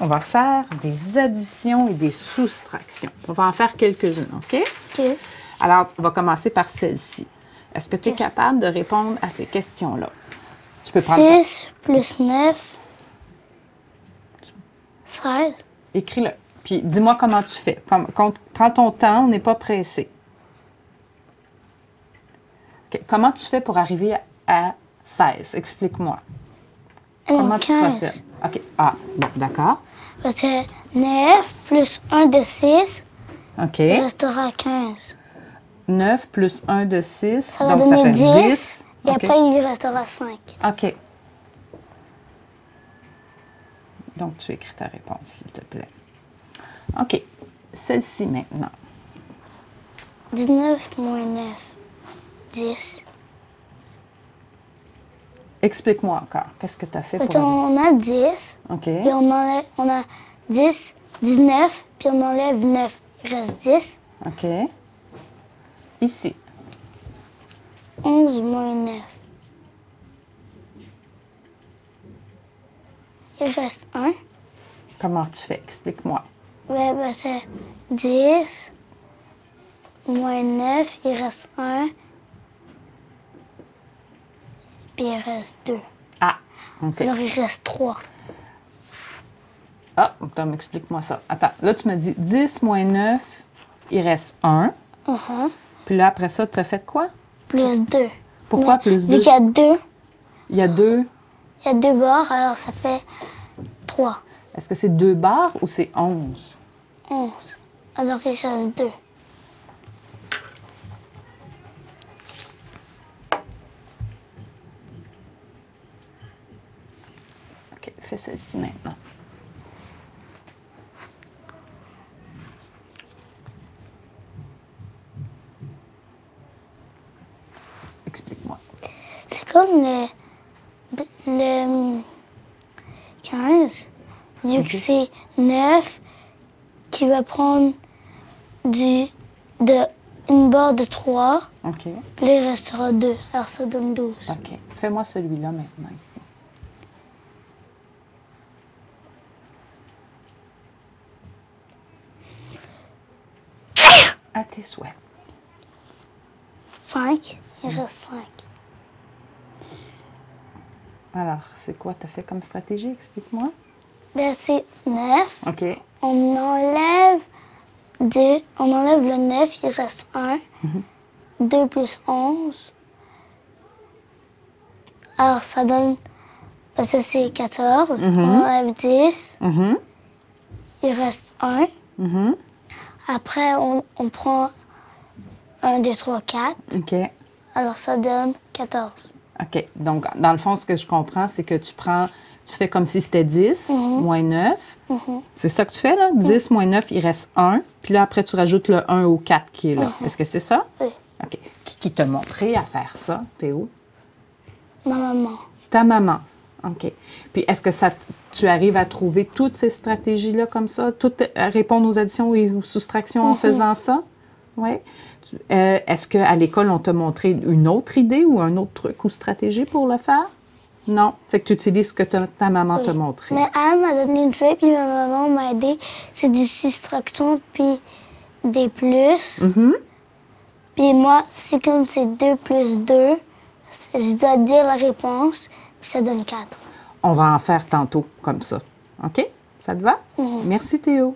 On va faire des additions et des soustractions. On va en faire quelques-unes, OK? OK. Alors, on va commencer par celle-ci. Est-ce que tu es capable de répondre à ces questions-là? Tu peux prendre. ton- 6 plus 9. 16. Écris-le. Puis dis-moi comment tu fais. Comme- com- prends ton temps, on n'est pas pressé. OK. Comment tu fais pour arriver à 16? Explique-moi. Oh, Comment tu procèdes? OK. Ah, bon, d'accord. Parce que 9 plus 1 de 6 OK. restera 15. 9 plus 1 de 6, Ça va donc ça fait donner 10. 10. Et OK. après, il restera 5. OK. Donc, tu écris ta réponse, s'il te plaît. OK. Celle-ci maintenant. 19 moins 9. 10. Explique-moi encore. Qu'est-ce que tu as fait Parce pour. qu'on a 10. OK. Puis on enlève, on a 10, 19, puis on enlève 9. Il reste 10. OK. Ici. 11 moins 9. Il reste 1. Comment tu fais? Explique-moi. Ouais, ben c'est 10 moins 9, il reste 1. Puis il reste 2. Ah. OK. Alors il reste 3. Ah, Tom, explique-moi ça. Attends. Là, tu m'as dit 10 moins 9, il reste 1. Puis là, après ça, tu as fait quoi? Uh-huh. Plus 2. Pourquoi plus 2? Vu qu'il y a 2, Il y a deux. il y a 2 bords, alors ça fait 3. Est-ce que c'est deux barres ou c'est 11? 11. Alors il reste 2. OK, fais celle-ci maintenant. 'Explique-moi. C'est comme le, le 15, vu que c'est 9 qui va prendre du, de, une barre de 3, OK. puis là, il restera 2, alors ça donne 12. OK. Fais-moi celui-là maintenant ici. À tes souhaits. 5, il reste 5. Alors, c'est quoi tu as fait comme stratégie? Explique-moi. Ben, c'est 9, OK. on enlève, deux- on enlève le 9, il reste 1. 2 plus 11, alors ça donne, parce que c'est 14, on enlève 10, Mhm. il reste 1. Mhm. Après, on, on prend 1, 2, 3, 4, OK. alors ça donne 14. OK. Donc, dans le fond, ce que je comprends, c'est que tu prends, tu fais comme si c'était 10 moins 9. C'est ça que tu fais, là? 10 moins 9, il reste 1. Puis là, après, tu rajoutes le 1 au 4 qui est là. Est-ce que c'est ça? Oui. OK. Qui, qui t'a montré à faire ça, Théo? Ma maman, Ta maman. OK. Puis, est-ce que ça, t- tu arrives à trouver toutes ces stratégies-là comme ça? Toutes, à répondre aux additions et aux soustractions en faisant ça? Oui. Tu- euh, Est-ce qu'à l'école, on t'a montré une autre idée ou un autre truc ou stratégie pour le faire? Non. Fait que tu utilises ce que ta, ta maman t'a montré. mais Anne m'a donné une feuille, puis ma maman m'a aidé. C'est du soustraction, puis des plus. Mhm. Puis moi, c'est comme c'est 2 plus 2, je dois dire la réponse, puis ça donne 4. On va en faire tantôt comme ça. OK? Ça te va? Merci Théo.